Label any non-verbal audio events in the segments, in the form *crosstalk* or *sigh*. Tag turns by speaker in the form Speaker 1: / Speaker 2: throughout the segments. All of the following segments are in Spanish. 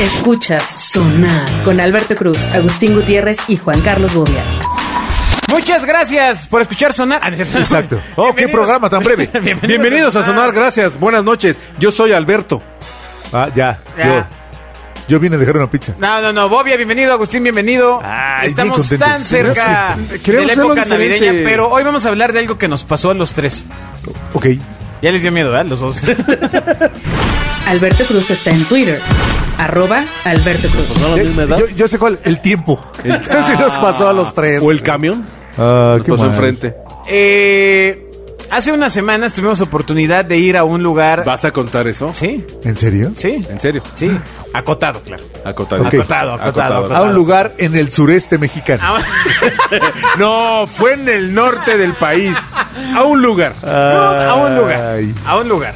Speaker 1: Escuchas Sonar con Alberto Cruz, Agustín Gutiérrez y Juan Carlos Bobia.
Speaker 2: Muchas gracias por escuchar sonar. Ah, no es cierto. *laughs*
Speaker 3: Exacto. Oh, qué
Speaker 2: Bienvenidos.
Speaker 3: programa tan breve.
Speaker 2: Bienvenidos
Speaker 3: Bienvenidos, a Sonar, gracias. Buenas noches. Yo soy Alberto. Ah, ya.
Speaker 2: Ya.
Speaker 3: Yo, yo vine a dejar una pizza.
Speaker 2: No, no, no. Bobia, bienvenido. Agustín, bienvenido.
Speaker 3: Ay, bien
Speaker 2: Estamos
Speaker 3: contentos.
Speaker 2: tan cerca
Speaker 3: No sé.
Speaker 2: de
Speaker 3: Queremos
Speaker 2: la
Speaker 3: hacerlo
Speaker 2: época
Speaker 3: diferente.
Speaker 2: navideña, pero hoy vamos a hablar de algo que nos pasó a los tres.
Speaker 3: Ok.
Speaker 2: Ya les dio miedo, ¿verdad?
Speaker 3: *laughs*
Speaker 2: Los dos.
Speaker 1: Alberto Cruz está en Twitter, arroba Alberto Cruz.
Speaker 4: ¿No a la misma edad?
Speaker 3: Yo, yo sé cuál. El tiempo. *laughs* Así nos pasó a los tres.
Speaker 4: Ah, ¿O el camión?
Speaker 3: Ah,
Speaker 4: Nos
Speaker 3: qué
Speaker 4: pasó
Speaker 3: mal.
Speaker 4: enfrente.
Speaker 2: Eh, hace unas semanas tuvimos oportunidad de ir a un lugar.
Speaker 4: ¿Vas a contar eso?
Speaker 2: Sí,
Speaker 3: ¿En serio?
Speaker 2: sí,
Speaker 4: ¿En serio?
Speaker 2: sí. Acotado, claro.
Speaker 4: Acotado. Ah,
Speaker 3: Ok.
Speaker 2: Acotado, acotado,
Speaker 3: A un lugar en el sureste mexicano.
Speaker 2: Ah,
Speaker 4: No, fue en el norte del país. A un lugar.
Speaker 2: a un lugar.
Speaker 3: Ay.
Speaker 2: A un lugar.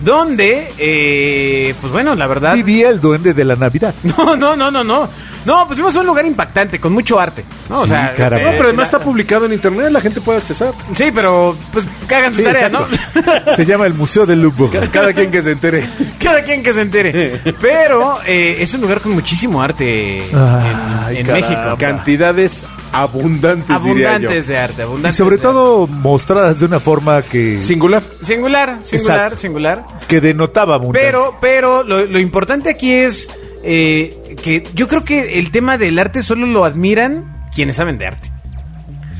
Speaker 2: Donde, eh, pues bueno, la verdad.
Speaker 3: Vivía el duende de la Navidad.
Speaker 2: *laughs* No, no, no, no, no. No, pues vimos un lugar impactante, con mucho arte. No, o
Speaker 3: Sí,
Speaker 2: sea,
Speaker 3: caramba.
Speaker 4: No, pero además está publicado en internet, la gente puede accesar.
Speaker 2: Sí, pero pues cagan su
Speaker 3: Sí,
Speaker 2: tarea,
Speaker 3: exacto.
Speaker 2: ¿no?
Speaker 3: Se llama el Museo del Louvre.
Speaker 4: Cada quien que se entere.
Speaker 2: *laughs* Cada quien que
Speaker 3: *laughs*
Speaker 2: se entere. Pero eh, es un lugar con muchísimo arte en-
Speaker 3: Ay,
Speaker 2: *laughs* en,
Speaker 3: caramba.
Speaker 2: México.
Speaker 4: Cantidades abundantes, diría
Speaker 2: Abundantes
Speaker 4: yo.
Speaker 2: de
Speaker 3: Y
Speaker 2: arte, abundantes.
Speaker 3: sobre
Speaker 2: de arte.
Speaker 3: todo mostradas de una forma que,
Speaker 4: Singular.
Speaker 2: Singular, singular,
Speaker 3: Exacto.
Speaker 2: singular.
Speaker 3: que denotaba abundancia.
Speaker 2: Pero, pero lo, lo importante aquí es eh, que yo creo que el tema del arte solo lo admiran quienes saben de arte.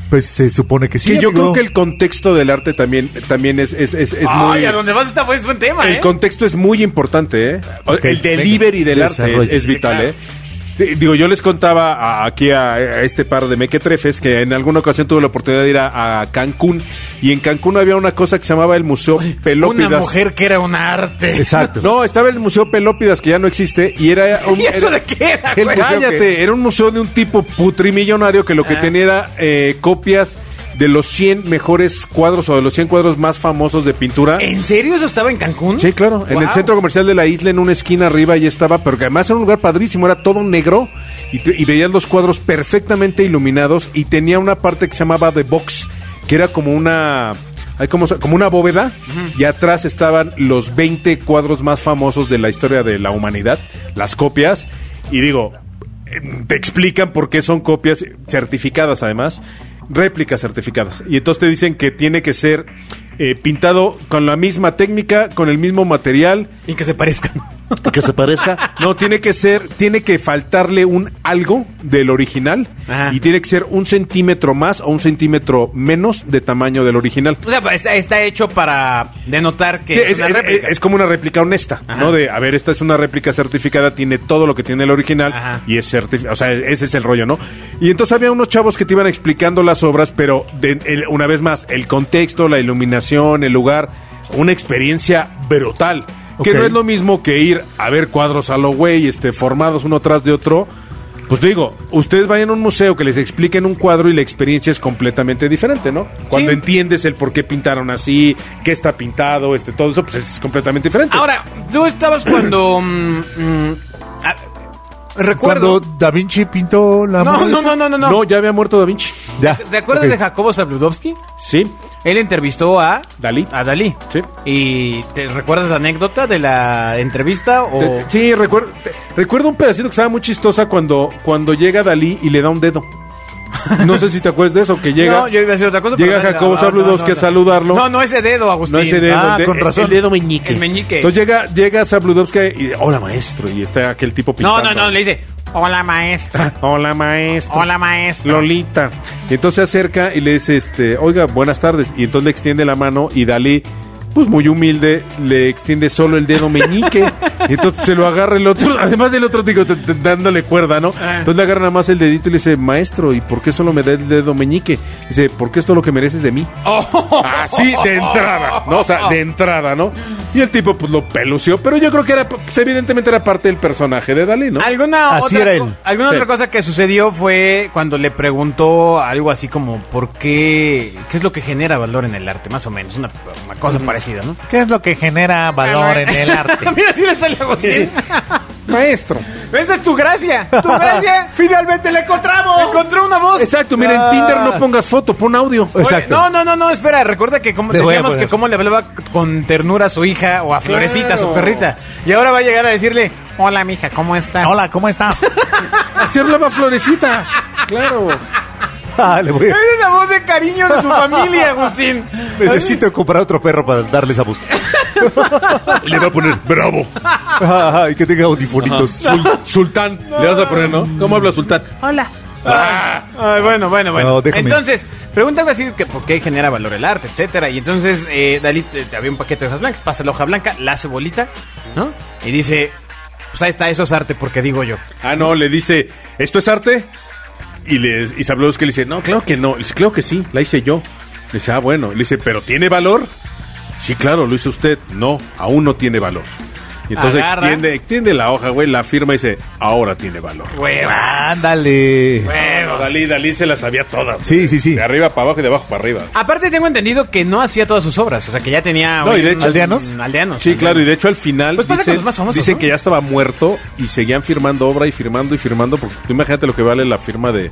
Speaker 3: Pues se supone que sí.
Speaker 4: Que yo
Speaker 3: amigo.
Speaker 4: creo que el contexto del arte también, también es, es, es, es
Speaker 2: Ay,
Speaker 4: muy...
Speaker 2: a dónde vas está buen, buen tema,
Speaker 4: El
Speaker 2: ¿eh?
Speaker 4: contexto es muy importante, ¿eh?
Speaker 3: Ok,
Speaker 4: el delivery
Speaker 3: venga,
Speaker 4: del arte es-
Speaker 3: desarrolla.
Speaker 4: es, vital, ¿eh? Sí, Digo, yo les contaba a- aquí a, a este par de mequetrefes que en alguna ocasión tuve la oportunidad de ir a, a Cancún y en Cancún había una cosa que se llamaba el Museo Pelópidas.
Speaker 2: Una mujer que era un arte.
Speaker 3: Exacto.
Speaker 4: No, estaba el Museo Pelópidas que ya no existe y
Speaker 2: *laughs*
Speaker 4: era... un-
Speaker 2: ¿Y eso
Speaker 4: era-
Speaker 2: de qué era,
Speaker 3: El
Speaker 2: güey?
Speaker 3: museo
Speaker 4: Cállate,
Speaker 3: que-
Speaker 4: era un museo de un tipo putrimillonario que lo que
Speaker 2: Ah.
Speaker 4: tenía era eh, copias de los 100 mejores cuadros o de los 100 cuadros más famosos de pintura.
Speaker 2: ¿En serio eso estaba en Cancún?
Speaker 4: Sí, claro, en el
Speaker 2: Wow.
Speaker 4: centro comercial de la isla, en una esquina arriba, ahí estaba, pero que además era un lugar padrísimo, era todo negro y, te- y veías los cuadros perfectamente iluminados y tenía una parte que se llamaba The Box, que era como una... Hay como, como una bóveda y atrás estaban los 20 cuadros más famosos de la historia de la humanidad, las copias, y digo, eh, te explican por qué son copias certificadas además, réplicas certificadas. Y entonces te dicen que tiene que ser eh, pintado con la misma técnica, con el mismo material.
Speaker 2: Y que se parezcan.
Speaker 3: que se parezca.
Speaker 4: No, tiene que ser, tiene que faltarle un algo del original
Speaker 2: Ajá.
Speaker 4: y tiene que ser un centímetro más o un centímetro menos de tamaño del original.
Speaker 2: O sea, está, está hecho para denotar que
Speaker 4: Sí,
Speaker 2: es,
Speaker 4: es,
Speaker 2: una
Speaker 4: es-
Speaker 2: réplica.
Speaker 4: es como una réplica honesta,
Speaker 2: Ajá.
Speaker 4: ¿no? De, a ver, esta es una réplica certificada, tiene todo lo que tiene el original
Speaker 2: Ajá.
Speaker 4: y es certificada, o sea, ese es el rollo, ¿no? Y entonces había unos chavos que te iban explicando las obras, pero de- el- una vez más, el contexto, la iluminación, el lugar, una experiencia brutal, que
Speaker 3: Ok.
Speaker 4: no es lo mismo que ir a ver cuadros a lo güey, este, formados uno tras de otro. Pues digo, ustedes vayan a un museo que les expliquen un cuadro y la experiencia es completamente diferente, ¿no? Cuando
Speaker 2: Sí.
Speaker 4: entiendes el por qué pintaron así, qué está pintado, este, todo eso, pues es completamente diferente.
Speaker 2: Ahora, tú estabas cuando... mm, mm, ah, recuerdo...
Speaker 3: Cuando Da Vinci pintó la
Speaker 2: No,
Speaker 3: Mona
Speaker 2: no,
Speaker 3: Lisa.
Speaker 2: no, no, no, no.
Speaker 4: ya había muerto Da Vinci.
Speaker 3: Ya.
Speaker 2: ¿Te
Speaker 4: Ah,
Speaker 2: acuerdas
Speaker 3: Ok.
Speaker 2: de Jacobo Zabludovsky?
Speaker 4: Sí.
Speaker 2: Él entrevistó a...
Speaker 4: Dalí.
Speaker 2: A Dalí.
Speaker 4: Sí.
Speaker 2: ¿Y te recuerdas la anécdota de la entrevista o...?
Speaker 4: Te- te- sí, recuerdo, te- recuerdo un pedacito que estaba muy chistosa cuando, cuando llega Dalí y le da un dedo. No sé si te acuerdas
Speaker 2: *laughs*
Speaker 4: de eso, que llega.
Speaker 2: no, yo iba a decir otra cosa.
Speaker 4: Llega
Speaker 2: pero no,
Speaker 4: Jacobo
Speaker 2: no, no, no,
Speaker 4: Zabludovsky
Speaker 2: no.
Speaker 4: a saludarlo.
Speaker 2: No, no ese dedo, Agustín.
Speaker 4: No ese dedo.
Speaker 3: Ah,
Speaker 4: el de-
Speaker 3: con
Speaker 4: el-
Speaker 3: razón.
Speaker 4: El dedo meñique.
Speaker 2: El meñique.
Speaker 4: Entonces llega, llega Zabludovsky y dice, hola maestro, y está aquel tipo
Speaker 2: No,
Speaker 4: pintando. "Ah,
Speaker 2: no,
Speaker 4: *laughs*
Speaker 2: no, le dice... Hola, maestra.
Speaker 4: Hola maestro.
Speaker 2: Hola, maestra.
Speaker 4: Lolita. Y entonces se acerca y le dice, este, oiga, buenas tardes. Y entonces le extiende la mano y Dalí, pues muy humilde, le extiende solo el dedo meñique. y entonces se lo agarra el otro, además del otro digo, t- t- dándole cuerda, ¿no?
Speaker 2: Ah.
Speaker 4: Entonces le agarra nada más el dedito y le dice, maestro, ¿y por qué solo me da el dedo meñique? Dice, porque esto es lo que mereces de mí.
Speaker 2: Oh,
Speaker 4: Así de entrada, ¿no? O sea, de entrada, ¿no? Y el tipo, pues lo pelució, pero yo creo que era, pues, evidentemente era parte del personaje de Dalí, ¿no?
Speaker 2: ¿Alguna,
Speaker 3: Así
Speaker 2: otra,
Speaker 3: era
Speaker 2: co-
Speaker 3: él.
Speaker 2: alguna
Speaker 4: Sí.
Speaker 2: otra cosa que sucedió fue cuando le preguntó algo así como ¿por qué? ¿Qué es lo que genera valor en el arte? Más o menos, una, una cosa parecida, ¿no? *laughs*
Speaker 3: ¿Qué es lo que genera valor en el arte?
Speaker 2: Mira, sí le sale a Agustín.
Speaker 4: Maestro,
Speaker 2: Esa es tu gracia. Tu gracia.
Speaker 5: Finalmente le encontramos.
Speaker 2: Encontré una voz.
Speaker 4: Exacto, mira, en Tinder no pongas foto, pon audio.
Speaker 2: Oye,
Speaker 5: Ah. Exacto.
Speaker 2: No, no, no, no, espera, recuerda que como
Speaker 5: Le voy a
Speaker 2: decíamos
Speaker 5: poner.
Speaker 2: que cómo le hablaba con ternura a su hija o a Florecita, a su
Speaker 4: Claro.
Speaker 2: perrita. Y ahora va a llegar a decirle, hola mija, ¿cómo estás?
Speaker 5: Hola, ¿cómo estás?
Speaker 4: Así hablaba Florecita. Claro.
Speaker 5: Ah, le
Speaker 2: *laughs*
Speaker 5: voy
Speaker 2: Esa
Speaker 5: a-
Speaker 2: es la voz de cariño de su familia, Agustín.
Speaker 5: Necesito comprar otro perro para darle *laughs* esa voz.
Speaker 4: Le va a poner bravo.
Speaker 5: Ay, que tenga audifonitos.
Speaker 4: Sul- Sultán. Le vas a poner, ¿no? ¿Cómo habla Sultán?
Speaker 2: Hola. ah, Ay, bueno, bueno, bueno.
Speaker 5: No, déjame.
Speaker 2: entonces, pregunta algo así que por qué genera valor el arte, etcétera. Y entonces, eh, Dalí te, te había un paquete de hojas blancas, pasa la hoja blanca, la hace bolita, ¿no? Y dice, pues ahí está, eso es arte, porque digo yo.
Speaker 4: Ah, no, le dice, ¿esto es arte? Y, le, y Sabludowski le dice, no, claro que no. Le dice, claro que sí, la hice yo. Le dice, ah, bueno. Le dice, ¿pero tiene valor? Sí, claro, lo hizo usted. No, aún no tiene valor. Y entonces
Speaker 2: Agarra.
Speaker 4: extiende, extiende la hoja, güey, la firma y dice, ahora tiene valor.
Speaker 2: Hueva.
Speaker 5: Ándale.
Speaker 4: Dalí, Dalí se las sabía todas.
Speaker 5: Sí,
Speaker 4: güey.
Speaker 5: sí, sí.
Speaker 4: De arriba para abajo y de abajo para arriba.
Speaker 2: Aparte tengo entendido que no hacía todas sus obras, o sea que ya tenía
Speaker 4: No, y de
Speaker 2: un-
Speaker 4: hecho- mm,
Speaker 5: ¿Aldeanos?
Speaker 2: un- Ah, aldeanos.
Speaker 4: Sí, claro, y de hecho al final
Speaker 2: Pues pasa con los más famosos,
Speaker 4: dicen
Speaker 2: ¿no?
Speaker 4: que ya estaba muerto y seguían firmando obra y firmando y firmando, porque tú imagínate lo que vale la firma de,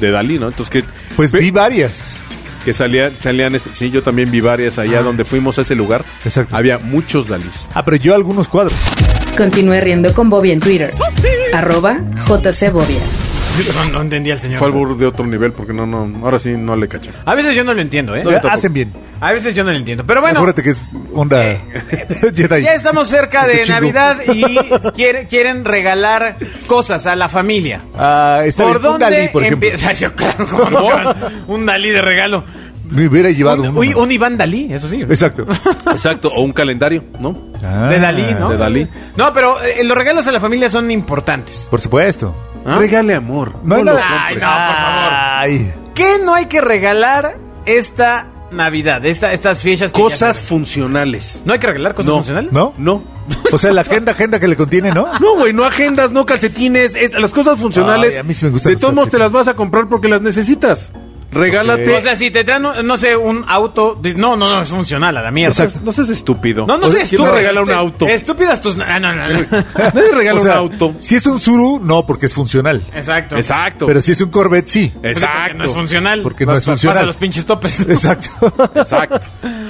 Speaker 4: de Dalí, ¿no? Entonces que,
Speaker 5: Pues
Speaker 4: ve-
Speaker 5: vi varias.
Speaker 4: que salían, salían este- sí, yo también vi varias allá donde fuimos a ese lugar.
Speaker 5: Exacto.
Speaker 4: Había muchos Dalís.
Speaker 5: Ah, pero yo algunos cuadros.
Speaker 1: Continúe riendo con Bobia en Twitter. Arroba JC Bobia.
Speaker 2: No, no entendía el señor.
Speaker 4: Fue al burro de otro nivel porque no, no, ahora sí no le cachan.
Speaker 2: A veces yo no lo entiendo, ¿eh?
Speaker 4: No, yo tampoco.
Speaker 5: Hacen bien.
Speaker 2: A veces yo no lo entiendo. Pero bueno,
Speaker 5: Acuérdate que es onda *laughs* Jedi.
Speaker 2: Eh. ya estamos
Speaker 4: *laughs*
Speaker 2: cerca
Speaker 5: Qué
Speaker 2: de
Speaker 5: chingo.
Speaker 2: Navidad y quiere- quieren regalar cosas a la familia.
Speaker 5: Ah, está
Speaker 2: ¿Por
Speaker 5: bien. Un
Speaker 2: dónde
Speaker 5: Dalí, por ejemplo.
Speaker 2: empieza? *laughs* Yo, claro,
Speaker 4: *laughs*
Speaker 2: ¿cómo no, cabrón? Un Dalí de regalo.
Speaker 5: Me hubiera llevado
Speaker 2: Un,
Speaker 5: uno.
Speaker 2: uy, un Iván Dalí, eso sí.
Speaker 5: Exacto.
Speaker 4: Exacto, o un calendario, ¿no?
Speaker 5: Ah,
Speaker 2: *laughs* De Dalí, ¿no?
Speaker 4: de Dalí.
Speaker 2: No, pero eh, los regalos a la familia son importantes.
Speaker 5: Por supuesto.
Speaker 2: ¿Ah?
Speaker 4: Regale amor.
Speaker 5: No hay
Speaker 4: lo
Speaker 5: nada.
Speaker 2: Ay,
Speaker 4: compre.
Speaker 2: no, por favor.
Speaker 5: Ay.
Speaker 2: ¿Qué no hay que regalar esta Navidad? Esta, estas fiestas. que ya
Speaker 4: Cosas
Speaker 2: se-
Speaker 4: funcionales.
Speaker 2: ¿No hay que regalar cosas
Speaker 4: No.
Speaker 2: funcionales?
Speaker 5: ¿No?
Speaker 4: No,
Speaker 5: O sea, la agenda, agenda que le contiene, ¿no?
Speaker 4: *laughs* No, güey, no agendas, no calcetines, es- las cosas funcionales.
Speaker 5: Ay, a mí sí me gustan
Speaker 4: de
Speaker 5: los
Speaker 4: todos modos te las
Speaker 5: calcetines.
Speaker 4: vas a comprar porque las necesitas. Regálate.
Speaker 2: O sea, si te traen, no sé, un auto. dices, No, no, no, es funcional a la mierda.
Speaker 5: Exacto.
Speaker 4: No seas estúpido.
Speaker 2: No, no
Speaker 4: O
Speaker 2: sé,
Speaker 4: sea, ¿quién
Speaker 2: estúpido. Este
Speaker 4: me regala un auto.
Speaker 2: Estúpidas tus. Ah, no, no,
Speaker 4: *laughs*
Speaker 2: no.
Speaker 4: Nadie
Speaker 5: *laughs*
Speaker 4: regala
Speaker 5: O sea,
Speaker 4: un auto.
Speaker 5: Si es un Zuru, no, porque es funcional.
Speaker 2: Exacto.
Speaker 4: Exacto.
Speaker 5: Pero si es un Corvette, sí.
Speaker 2: Porque no es
Speaker 4: Exacto.
Speaker 2: funcional.
Speaker 5: Porque no es
Speaker 2: Pa-
Speaker 5: funcional.
Speaker 2: Pasa los pinches topes.
Speaker 5: *laughs* Exacto. *laughs*
Speaker 4: Exacto.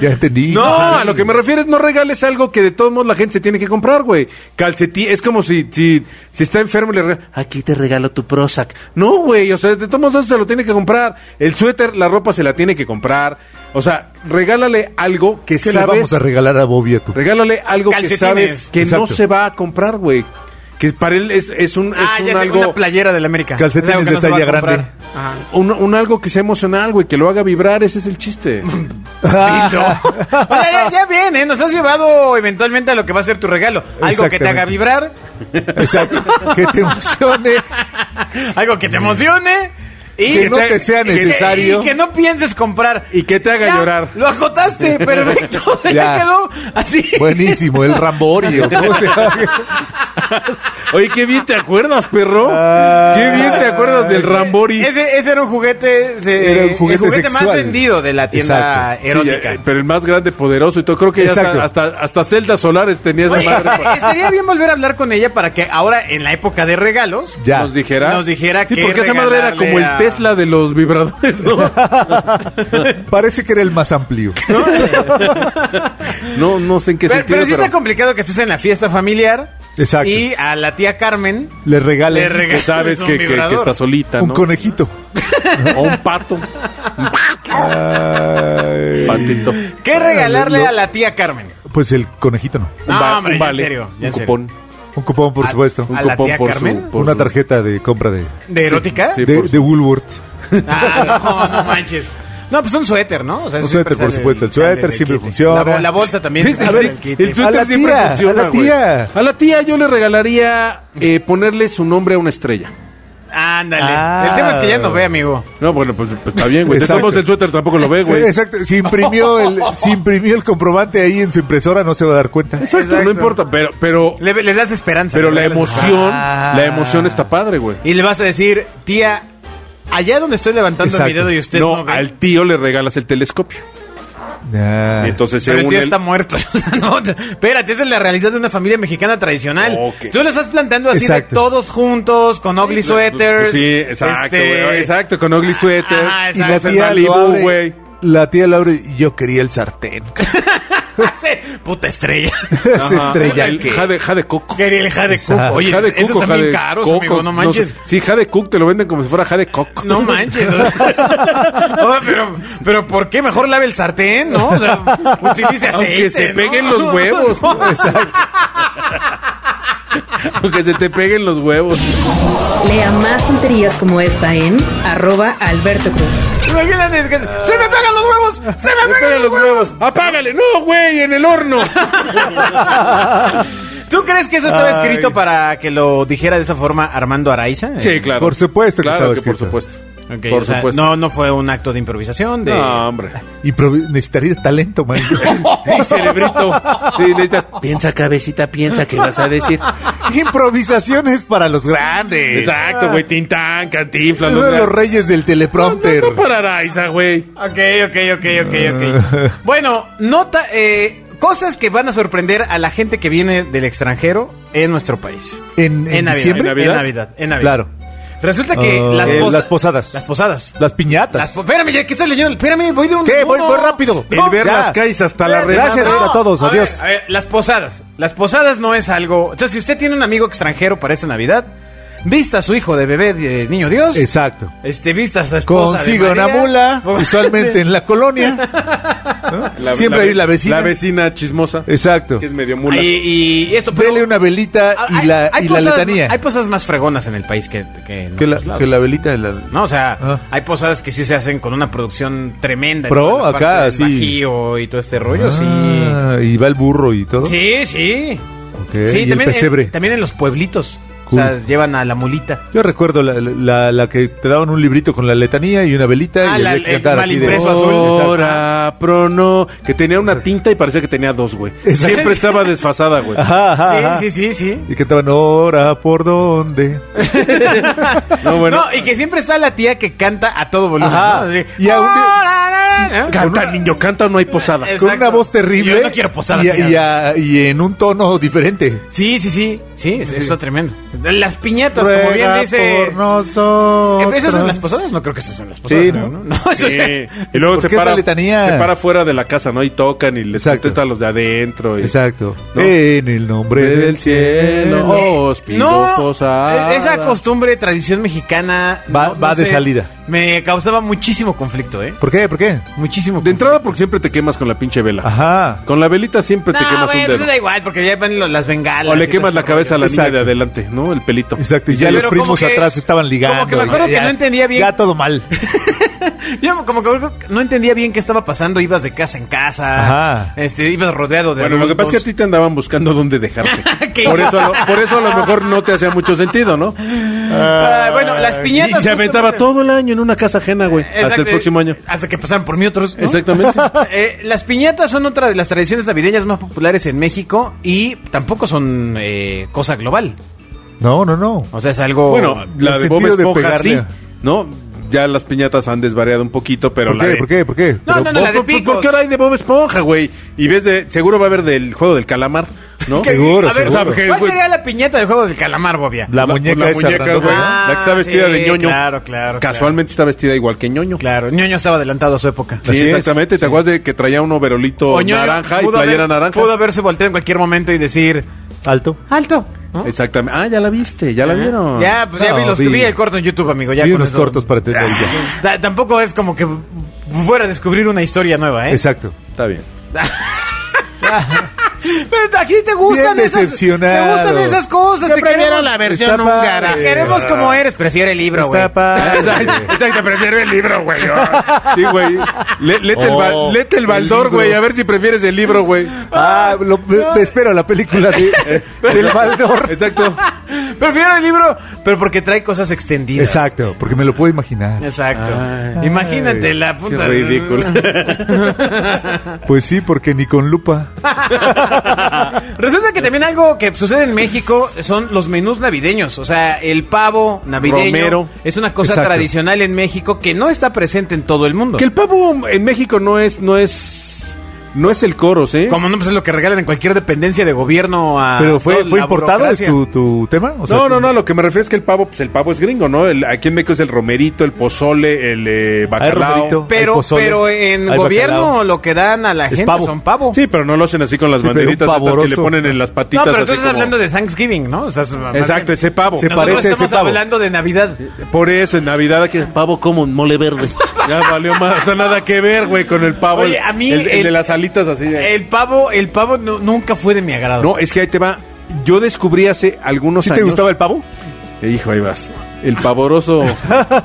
Speaker 5: ya entendí.
Speaker 4: No, a lo que me refieres, no regales algo que de todos modos la gente se tiene que comprar, güey. Calcetín, es como si, si, si está enfermo y le regalas, aquí te regalo tu Prozac. No, güey, o sea, de todos modos eso se lo tiene que comprar. El suéter, la ropa se la tiene que comprar. O sea, regálale algo que
Speaker 5: ¿Qué le
Speaker 4: sabes
Speaker 5: vamos a regalar a Bobby a tu
Speaker 4: Regálale algo que
Speaker 2: Calcetines.
Speaker 4: sabes que no
Speaker 5: Exacto.
Speaker 4: se va a comprar, güey. Que para él es, es un,
Speaker 2: Ah,
Speaker 4: es un
Speaker 2: ya sé,
Speaker 4: algo.
Speaker 2: una playera del América. Es
Speaker 5: Calcetines
Speaker 2: algo que
Speaker 5: de
Speaker 2: no se va
Speaker 5: talla
Speaker 2: a comprar.
Speaker 5: grande.
Speaker 2: Ajá.
Speaker 4: un, un algo que sea emocional, güey, que lo haga vibrar, ese es el chiste.
Speaker 5: Ah.
Speaker 2: O sea, ya, ya bien, ¿eh? Nos has llevado eventualmente a lo que va a ser tu regalo. Algo que te
Speaker 5: Exactamente.
Speaker 2: haga vibrar,
Speaker 5: *laughs* Exacto. Que te emocione.
Speaker 2: *laughs* algo que te emocione. Y
Speaker 5: Que no te sea
Speaker 2: y que-
Speaker 5: necesario.
Speaker 2: Y que no pienses comprar.
Speaker 4: Y que te haga
Speaker 2: Ya,
Speaker 4: llorar.
Speaker 2: Lo
Speaker 4: *laughs*
Speaker 2: acotaste, perfecto. *laughs* ya
Speaker 5: Ya.
Speaker 2: quedó así.
Speaker 5: Buenísimo, el
Speaker 4: *laughs*
Speaker 5: Rambori. o ¿Cómo se llama?
Speaker 4: *laughs* Oye, qué bien te acuerdas, perro.
Speaker 5: Ah.
Speaker 4: qué bien te acuerdas del Rambori.
Speaker 2: Ese, ese era un juguete, se-
Speaker 5: Era un juguete
Speaker 2: el juguete más
Speaker 5: sexual.
Speaker 2: vendido de la tienda
Speaker 5: Exacto.
Speaker 4: Sí,
Speaker 2: erótica.
Speaker 4: ya, eh, pero el más grande, poderoso y todo. Creo que ya
Speaker 5: Exacto.
Speaker 4: hasta, hasta, hasta celdas solares tenía esa
Speaker 2: Oye,
Speaker 4: madre.
Speaker 2: estaría- *laughs* estaría bien volver a hablar con ella para que ahora, en la época de regalos,
Speaker 5: Ya.
Speaker 4: Nos dijera.
Speaker 2: Nos dijera
Speaker 4: sí,
Speaker 2: qué
Speaker 4: porque esa madre era
Speaker 2: regalarle
Speaker 4: como
Speaker 2: a-
Speaker 4: el Tesla de los vibradores, ¿no?
Speaker 2: *laughs*
Speaker 5: Parece que era el más amplio.
Speaker 4: no, no sé en qué
Speaker 2: Pero,
Speaker 4: sentido.
Speaker 2: pero sí
Speaker 4: pero-
Speaker 2: está complicado que estés en la fiesta familiar.
Speaker 5: Exacto.
Speaker 2: Y a la tía Carmen.
Speaker 5: Le regalen
Speaker 2: Le regalen.
Speaker 4: que
Speaker 2: *laughs*
Speaker 4: sabes
Speaker 2: Es un
Speaker 4: que, que- que
Speaker 2: vibrador.
Speaker 4: está solita,
Speaker 5: un
Speaker 4: ¿no?
Speaker 5: conejito.
Speaker 4: O un pato.
Speaker 5: Ay.
Speaker 4: Patito.
Speaker 2: ¿Qué regalarle
Speaker 5: lo-
Speaker 2: a la tía Carmen?
Speaker 5: Pues el conejito no.
Speaker 2: No,
Speaker 4: va-
Speaker 2: hombre, ya en
Speaker 4: vale,
Speaker 2: serio, ya
Speaker 4: un
Speaker 2: en serio.
Speaker 4: cupón.
Speaker 5: Un cupón, por supuesto.
Speaker 2: ¿A
Speaker 4: Un
Speaker 2: la
Speaker 4: cupón
Speaker 2: tía
Speaker 4: por
Speaker 2: Carmen?
Speaker 4: su. por
Speaker 5: Una
Speaker 4: su- *laughs*
Speaker 5: tarjeta de compra de,
Speaker 2: ¿De erótica?
Speaker 4: sí.
Speaker 5: de,
Speaker 4: por
Speaker 5: de Woolworth.
Speaker 2: Ah, no, no manches. No, pues un suéter, ¿no? O sea,
Speaker 5: Un
Speaker 2: siempre
Speaker 5: suéter, por
Speaker 2: sale
Speaker 5: suéter, el suéter
Speaker 2: sale del
Speaker 5: siempre
Speaker 2: kit. La,
Speaker 5: funciona.
Speaker 2: bo- la bolsa también.
Speaker 4: ¿Viste?
Speaker 2: sale
Speaker 4: El-
Speaker 2: del kit.
Speaker 4: el
Speaker 5: A
Speaker 4: suéter
Speaker 5: la
Speaker 4: siempre
Speaker 5: tía,
Speaker 4: funciona,
Speaker 5: a la
Speaker 4: güey.
Speaker 5: tía.
Speaker 4: A la tía yo le regalaría eh, ponerle su nombre a una estrella.
Speaker 2: Ándale.
Speaker 5: Ah.
Speaker 2: El tema es que ya no ve, amigo.
Speaker 4: No, bueno, pues, pues está bien, güey. Te
Speaker 5: Exacto.
Speaker 4: tomas el suéter, tampoco lo ve, güey. Exacto,
Speaker 5: Exacto. Si imprimió,
Speaker 4: *laughs*
Speaker 5: el, si imprimió el comprobante ahí en su impresora, no se va a dar cuenta.
Speaker 2: Exacto.
Speaker 4: no importa, pero pero,
Speaker 2: Le, le das esperanza.
Speaker 4: pero
Speaker 2: le
Speaker 4: la
Speaker 2: regalas
Speaker 4: emoción,
Speaker 5: Ah.
Speaker 4: la emoción está padre, güey.
Speaker 2: Y le vas a decir, tía, allá donde estoy levantando
Speaker 5: Exacto.
Speaker 2: mi dedo y usted no,
Speaker 4: No,
Speaker 2: ve.
Speaker 4: al tío le regalas el telescopio.
Speaker 5: Ah.
Speaker 4: Y entonces se
Speaker 2: Pero el
Speaker 4: une
Speaker 2: tío
Speaker 4: el-
Speaker 2: está muerto. *laughs* O sea, no, espérate, esa es la realidad de una familia mexicana tradicional.
Speaker 4: Ok.
Speaker 2: Tú lo estás planteando así de
Speaker 5: Exacto.
Speaker 2: todos juntos, con ugly sweaters.
Speaker 4: Sí, exacto,
Speaker 2: este,
Speaker 4: güey, exacto, con ugly sweater.
Speaker 2: Ajá,
Speaker 5: Y la
Speaker 2: exacto.
Speaker 5: tía lo
Speaker 4: Malibu,
Speaker 5: abre,
Speaker 4: güey.
Speaker 5: La tía lo abre, yo quería el sartén.
Speaker 2: *laughs* Ah, Sí, Puta
Speaker 4: *laughs*
Speaker 2: estrella.
Speaker 5: Se estrella
Speaker 4: El
Speaker 5: que-
Speaker 4: jade, jade coco.
Speaker 2: Quería el jade coco.
Speaker 5: Exacto.
Speaker 2: Oye,
Speaker 4: jade
Speaker 2: esos
Speaker 4: coco,
Speaker 2: están bien
Speaker 4: jade
Speaker 2: caros,
Speaker 4: coco,
Speaker 2: amigo, no manches.
Speaker 4: sé. sí, jade cook te lo venden como si fuera jade coco.
Speaker 2: No manches. o sea, *laughs* o sea, pero, pero ¿por qué mejor lave el sartén, no? O sea, utilice aceite,
Speaker 4: Aunque se
Speaker 2: ¿no? *laughs*
Speaker 4: peguen los huevos. Aunque se te peguen los huevos.
Speaker 1: Lea más tonterías como esta en arroba Alberto Cruz.
Speaker 2: Imagínate, es que se me pegan los huevos, se me, pegan,
Speaker 4: Pégale
Speaker 2: los
Speaker 4: los huevos. Apágale. No, güey, en el horno.
Speaker 2: *laughs* huevos. ¿Tú crees que eso estaba escrito para que lo dijera de esa forma Armando Araiza?
Speaker 4: Sí, claro.
Speaker 5: Por supuesto que
Speaker 4: claro
Speaker 5: estaba
Speaker 4: que por
Speaker 5: escrito.
Speaker 4: supuesto.
Speaker 2: Ok,
Speaker 4: por
Speaker 2: o sea,
Speaker 4: supuesto.
Speaker 2: No, no fue un acto de improvisación. De...
Speaker 4: No, hombre.
Speaker 2: *laughs*
Speaker 5: Improvi- necesitaría talento,
Speaker 4: *laughs*
Speaker 5: man.
Speaker 4: Y cerebrito. Sí, necesitas- Piensa, cabecita, piensa que vas a decir.
Speaker 5: Improvisaciones para los grandes.
Speaker 4: Exacto, güey. Tintán, cantinflas.
Speaker 5: Esos son
Speaker 4: los-
Speaker 5: los reyes del teleprompter.
Speaker 4: No, no para Araiza, güey.
Speaker 2: Ok, ok, ok, ok, ok. bueno, nota, eh, cosas que van a sorprender a la gente que viene del extranjero en nuestro país.
Speaker 5: ¿En- en
Speaker 2: Navidad,
Speaker 5: diciembre?
Speaker 2: En Navidad, en Navidad, en Navidad.
Speaker 5: Claro.
Speaker 2: Resulta que
Speaker 5: Ah.
Speaker 2: las,
Speaker 5: Eh,
Speaker 2: posa-
Speaker 5: las posadas.
Speaker 2: Las posadas.
Speaker 5: Las
Speaker 2: Las
Speaker 5: piñatas.
Speaker 2: po- espérame, ya que estás leyendo. Espérame, voy de un.
Speaker 5: ¿Qué? Voy,
Speaker 2: uno.
Speaker 5: voy rápido.
Speaker 2: No,
Speaker 5: El ver
Speaker 2: ya.
Speaker 5: las calles hasta la
Speaker 2: Espérate,
Speaker 5: Gracias
Speaker 2: no.
Speaker 5: a todos,
Speaker 2: ver,
Speaker 5: adiós.
Speaker 2: a ver, las posadas. Las posadas no es algo. Entonces, si usted tiene un amigo extranjero para esa Navidad, vista a su hijo de bebé de niño Dios.
Speaker 5: Exacto.
Speaker 2: Este, vista a su esposa.
Speaker 5: Consiga
Speaker 2: de
Speaker 5: una
Speaker 2: María.
Speaker 5: mula, usualmente en la colonia. ¿no? Siempre hay la vecina.
Speaker 4: La vecina chismosa.
Speaker 5: Exacto.
Speaker 4: Que es medio mula.
Speaker 2: Y, y esto, pero-
Speaker 5: Dele una velita
Speaker 2: Ah,
Speaker 5: y la, y la
Speaker 2: posadas-
Speaker 5: letanía.
Speaker 2: Hay posadas más fregonas en el país que, que en
Speaker 5: que,
Speaker 2: otros
Speaker 5: la,
Speaker 2: lados.
Speaker 5: que la velita de la...
Speaker 2: No, o sea,
Speaker 5: Ah.
Speaker 2: hay posadas que sí se hacen con una producción tremenda. en
Speaker 5: Pro,
Speaker 2: toda la parte
Speaker 5: acá,
Speaker 2: del
Speaker 5: sí.
Speaker 2: Bajío y todo este rollo,
Speaker 5: Ah, Y va el burro y todo.
Speaker 2: sí. Sí, sí.
Speaker 5: Ok,
Speaker 2: Sí,
Speaker 5: y el
Speaker 2: también,
Speaker 5: pesebre.
Speaker 2: En, también en los pueblitos.
Speaker 5: Cool.
Speaker 2: O sea, llevan a la mulita.
Speaker 5: Yo recuerdo la, la, la que te daban un librito con la letanía y una velita
Speaker 2: Ah,
Speaker 5: y
Speaker 2: la-
Speaker 5: había que
Speaker 2: el
Speaker 5: cantar
Speaker 2: mal
Speaker 5: así de-
Speaker 2: impreso azul.
Speaker 4: Ahora, prono. Que tenía una tinta y parecía que tenía dos, güey.
Speaker 5: Exacto.
Speaker 4: Siempre estaba desfasada, güey.
Speaker 5: Ajá, ajá, ajá.
Speaker 2: Sí, sí, sí, sí.
Speaker 5: Y cantaban, ahora, ¿por dónde?
Speaker 4: No, bueno.
Speaker 2: No, y que siempre está la tía que canta a todo volumen.
Speaker 5: Ajá.
Speaker 2: ¿no? Así,
Speaker 5: Y a un-
Speaker 2: "Ah, ah, ah", ¿no?
Speaker 4: Canta, niño, canta o no hay posada.
Speaker 2: Es-
Speaker 5: Con
Speaker 2: Exacto.
Speaker 5: una voz terrible.
Speaker 2: Yo no quiero posada,
Speaker 5: Y,
Speaker 2: tía.
Speaker 5: y a- y en un tono diferente.
Speaker 2: Sí, sí, sí. Sí, es- eso es tremendo. Las piñatas, como bien
Speaker 5: Ruega
Speaker 2: dice.
Speaker 5: por nosotros.
Speaker 2: ¿Eso es en las posadas? No creo que eso sea en las posadas.
Speaker 5: Sí,
Speaker 2: ¿no?
Speaker 5: ¿no?
Speaker 2: No, *laughs* eso
Speaker 4: Sí.
Speaker 2: es-
Speaker 4: Y luego
Speaker 5: ¿Por
Speaker 4: se
Speaker 5: qué es
Speaker 4: para,
Speaker 5: la letanía?
Speaker 4: se para fuera de la casa, ¿no? Y tocan y les
Speaker 5: Exacto.
Speaker 4: contesta a los de adentro. y-
Speaker 5: Exacto.
Speaker 4: ¿No?
Speaker 5: En el nombre
Speaker 4: Del
Speaker 5: del
Speaker 4: cielo.
Speaker 5: cielo.
Speaker 4: Oh, os pido
Speaker 2: no,
Speaker 4: posada.
Speaker 2: eh, esa costumbre, tradición mexicana.
Speaker 5: Va-
Speaker 2: no- no
Speaker 5: va de salida.
Speaker 2: Me causaba muchísimo conflicto, ¿eh?
Speaker 5: ¿Por qué? ¿Por qué?
Speaker 2: Muchísimo
Speaker 4: De entrada, porque siempre te quemas con la pinche vela.
Speaker 5: Ajá.
Speaker 4: Con la velita siempre te
Speaker 2: No,
Speaker 4: quemas
Speaker 2: güey,
Speaker 4: un
Speaker 2: pues
Speaker 4: dedo.
Speaker 2: da igual, porque ya van lo- las bengalas.
Speaker 4: O le
Speaker 2: y
Speaker 4: quemas
Speaker 2: todo
Speaker 4: la
Speaker 2: ese
Speaker 4: cabeza a
Speaker 2: rollo. *laughs*
Speaker 4: la niña de
Speaker 5: Exacto.
Speaker 4: adelante, ¿no? El pelito.
Speaker 5: Exacto. Y ya
Speaker 2: Pero
Speaker 5: los
Speaker 2: como
Speaker 5: primos
Speaker 2: que-
Speaker 5: atrás estaban ligando.
Speaker 2: como que me acuerdo
Speaker 5: ya-
Speaker 2: que no entendía bien.
Speaker 5: Ya todo mal.
Speaker 2: Yo como que no entendía bien qué estaba pasando. Ibas de casa en casa.
Speaker 5: Ajá.
Speaker 2: Este, ibas rodeado de
Speaker 4: Bueno, lo que pasa es que a
Speaker 2: adultos.
Speaker 4: ti te andaban buscando dónde dejarte.
Speaker 2: ¿Qué?
Speaker 4: por, eso, a lo- por eso a lo mejor no te hacía mucho sentido, ¿no?
Speaker 2: Ah, bueno,
Speaker 4: *laughs*
Speaker 2: las piñatas...
Speaker 4: Y se aventaba
Speaker 2: justamente-
Speaker 4: todo el año en una casa ajena, güey. Hasta
Speaker 2: Exacto,
Speaker 4: el próximo año.
Speaker 2: Hasta que pasaran por mí otros. ¿no?
Speaker 4: Exactamente.
Speaker 2: *laughs* Eh, las piñatas son otra de las tradiciones navideñas más populares en México y tampoco son eh, cosa global.
Speaker 5: No, no, no.
Speaker 2: O sea, es algo.
Speaker 4: Bueno, la
Speaker 5: el
Speaker 4: de Bob
Speaker 5: Oh, sentido de
Speaker 4: Esponja sí,
Speaker 5: pegarle.
Speaker 4: ¿no? Ya las piñatas han desvariado un poquito, pero
Speaker 5: ¿Por
Speaker 4: la
Speaker 5: qué?
Speaker 4: de-
Speaker 5: ¿Por qué? ¿Por qué?
Speaker 2: No,
Speaker 5: Pero
Speaker 2: no, no,
Speaker 5: vos-
Speaker 2: la de picos.
Speaker 4: ¿Por qué ahora hay de Bob Esponja, güey? Y ves de... Seguro va a haber del juego del calamar, ¿no?
Speaker 5: ¿Qué? *laughs* Seguro,
Speaker 2: a ver,
Speaker 5: seguro.
Speaker 2: ¿Cuál sería la piñata del juego del calamar, Bobia?
Speaker 5: La muñeca
Speaker 4: la
Speaker 5: esa
Speaker 4: muñeca,
Speaker 5: grandota,
Speaker 4: güey.
Speaker 5: ¿no?
Speaker 4: La que está vestida
Speaker 2: sí,
Speaker 4: de ñoño.
Speaker 2: Claro, claro.
Speaker 4: Casualmente está vestida igual que ñoño.
Speaker 2: Claro, Claro, ñoño estaba adelantado a su época.
Speaker 4: Sí,
Speaker 5: Así es.
Speaker 4: exactamente. ¿Te acuerdas de que traía un overolito
Speaker 2: O Ñoño
Speaker 4: naranja y
Speaker 2: pudo
Speaker 4: playera
Speaker 2: haber-
Speaker 4: naranja?
Speaker 2: Pudo haberse volteado en cualquier momento y decir:
Speaker 5: Alto.
Speaker 2: ¡Alto! ¿no?
Speaker 4: Exactamente. Ah, ya la viste, ya la vieron.
Speaker 2: Ya, pues ya
Speaker 5: No,
Speaker 2: vi, los,
Speaker 5: vi-
Speaker 2: vi el corto en YouTube, amigo. Ya
Speaker 5: Vi
Speaker 2: con
Speaker 5: unos
Speaker 2: eso- Ah,
Speaker 5: cortos para entender ya.
Speaker 4: ¿Eh?
Speaker 2: Ta- tampoco es como que fuera a descubrir una historia nueva, ¿eh?
Speaker 5: Exacto.
Speaker 4: Está bien.
Speaker 2: Pero aquí te gustan
Speaker 5: Bien
Speaker 2: esas te
Speaker 5: decepcionado.
Speaker 2: gustan esas cosas,
Speaker 5: Yo
Speaker 2: te
Speaker 5: prefiero
Speaker 2: queremos
Speaker 5: la versión
Speaker 2: Está
Speaker 5: húngara.
Speaker 2: padre. Te queremos como eres, prefiero el libro, güey.
Speaker 5: Está
Speaker 4: *laughs*
Speaker 5: padre.
Speaker 4: Ah, Exacto, prefiero el libro, güey. Sí, güey. Le- Lete el, ba-
Speaker 5: Oh,
Speaker 4: lete el
Speaker 5: el
Speaker 4: baldor, güey,
Speaker 5: libro.
Speaker 4: a ver si prefieres el libro, güey.
Speaker 5: Ah, lo, me- me espero la película
Speaker 4: *laughs*
Speaker 5: de, del Baldor.
Speaker 4: Exacto.
Speaker 2: Prefiero el libro, pero porque trae cosas extendidas.
Speaker 5: Exacto, porque me lo puedo imaginar.
Speaker 2: Exacto.
Speaker 4: Ay.
Speaker 2: Imagínate la
Speaker 4: Sí,
Speaker 2: puta.
Speaker 4: ridículo.
Speaker 5: Pues sí, porque ni con lupa.
Speaker 2: *laughs* Resulta que también algo que sucede en México son los menús navideños. O sea, el pavo navideño
Speaker 4: Romero.
Speaker 2: es una cosa
Speaker 5: Exacto.
Speaker 2: tradicional en México que no está presente en todo el mundo.
Speaker 4: Que el pavo en México no es, no es No es el coros, ¿eh?
Speaker 2: Como no, pues es lo que regalan en cualquier dependencia de gobierno
Speaker 4: Ah,
Speaker 2: a.
Speaker 5: Pero fue,
Speaker 2: toda
Speaker 5: fue
Speaker 2: la
Speaker 5: importado, es
Speaker 2: burocracia.
Speaker 5: tu, tu tema. O sea,
Speaker 4: no,
Speaker 5: tú-
Speaker 4: no, no, lo que me refiero es que el pavo, pues el pavo es gringo, ¿no? El, aquí en México es el romerito, el pozole, el eh,
Speaker 5: romerito.
Speaker 4: bacalao.
Speaker 5: Hay
Speaker 2: Pero,
Speaker 5: pozole,
Speaker 2: pero en
Speaker 5: hay
Speaker 2: gobierno
Speaker 5: bacalao.
Speaker 2: lo que dan a la
Speaker 5: Es
Speaker 2: gente
Speaker 5: pavo.
Speaker 2: son pavo.
Speaker 4: Sí, pero no lo hacen así con las
Speaker 5: Sí, pero un
Speaker 4: banderitas estas que le
Speaker 5: pavoroso.
Speaker 4: ponen en las
Speaker 2: No,
Speaker 4: patitas.
Speaker 2: pero
Speaker 4: así
Speaker 2: tú estás
Speaker 4: como-
Speaker 2: hablando de Thanksgiving, ¿no? O sea, es-
Speaker 4: Exacto, ese pavo.
Speaker 5: Se
Speaker 2: Nosotros
Speaker 5: parece a ese
Speaker 2: estamos
Speaker 5: pavo.
Speaker 2: hablando de Navidad.
Speaker 4: Por eso, en Navidad aquí...
Speaker 6: Pavo como un mole verde.
Speaker 4: Ya valió más, no nada que ver, güey, con el pavo.
Speaker 2: Oye,
Speaker 4: el-
Speaker 2: a mí
Speaker 4: el, el
Speaker 2: el-
Speaker 4: de las alitas así. de-
Speaker 2: El pavo, el pavo nu- nunca fue de mi agrado.
Speaker 4: No, es que ahí te va. Yo descubrí hace algunos
Speaker 5: ¿Sí
Speaker 4: años.
Speaker 5: te gustaba el pavo?
Speaker 4: Eh, Hijo, ahí vas. El pavoroso.